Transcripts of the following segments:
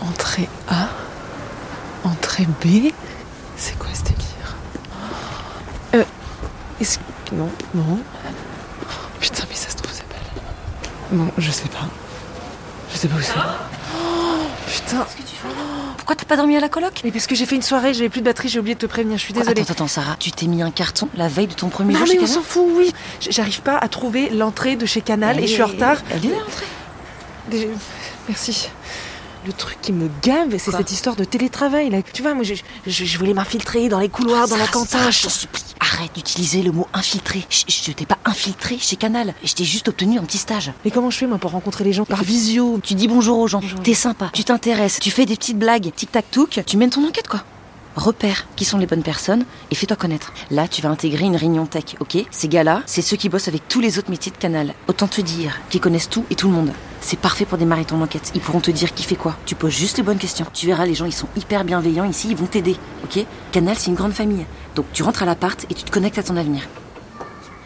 Entrée A, entrée B. C'est quoi ce délire Euh, est-ce que. Non, non. Putain, mais ça se trouve, c'est pas là. Non, je sais pas. Je sais pas où c'est. Oh, putain. Pourquoi t'as pas dormi à la coloc Mais parce que j'ai fait une soirée, j'avais plus de batterie, j'ai oublié de te prévenir, je suis désolée. Attends, attends, Sarah, tu t'es mis un carton la veille de ton premier non, jour mais chez on Canal s'en fout, oui. J- J'arrive pas à trouver l'entrée de chez Canal et je suis en retard. Eh, Elle est là, l'entrée. Des- Merci. Le truc qui me gave, c'est Quoi cette histoire de télétravail. Là. Tu vois, moi, je, je- je voulais m'infiltrer dans les couloirs, dans la Sarah, Sarah, cantine. je t'en supplie, arrête d'utiliser le mot infiltré. Je, je t'ai pas infiltré chez Canal. Je t'ai juste obtenu un petit stage. Mais comment je fais, moi, pour rencontrer les gens Par visio. Tu dis bonjour aux gens, Bonjour. t'es sympa, tu t'intéresses, tu fais des petites blagues, tic-tac-touc, tu mènes ton enquête quoi. Repère qui sont les bonnes personnes et fais-toi connaître. Là, tu vas intégrer une réunion tech, ok Ces gars-là, c'est ceux qui bossent avec tous les autres métiers de canal. Autant te dire qu'ils connaissent tout et tout le monde. C'est parfait pour démarrer ton enquête. Ils pourront te dire qui fait quoi. Tu poses juste les bonnes questions. Tu verras, les gens, ils sont hyper bienveillants ici, ils vont t'aider, ok Canal, c'est une grande famille. Donc, tu rentres à l'appart et tu te connectes à ton avenir.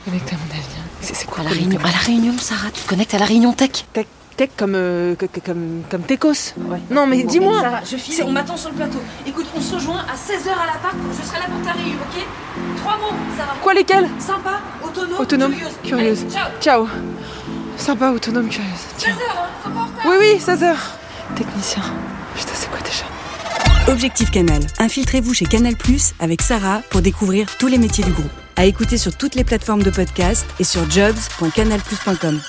Connecte à mon avenir. C'est c'est quoi À la réunion, à la réunion, Sarah, tu te connectes à la réunion tech. Tech, tech comme, euh, que- que- comme, comme Tecos. Non, mais dis-moi. je file, on m'attend sur le plateau. Écoute, on se joint à 16h à la l'appart, je serai là pour ta réunion, ok Trois mots, Sarah. Quoi, lesquels Sympa, autonome, Autonome, curieuse. Ciao. Sympa, autonome, curieuse. Ciao. Oui, oui, 16h. Technicien. Putain, c'est quoi déjà Objectif Canal. Infiltrez-vous chez Canal Plus avec Sarah pour découvrir tous les métiers du groupe. À écouter sur toutes les plateformes de podcast et sur jobs.canalplus.com.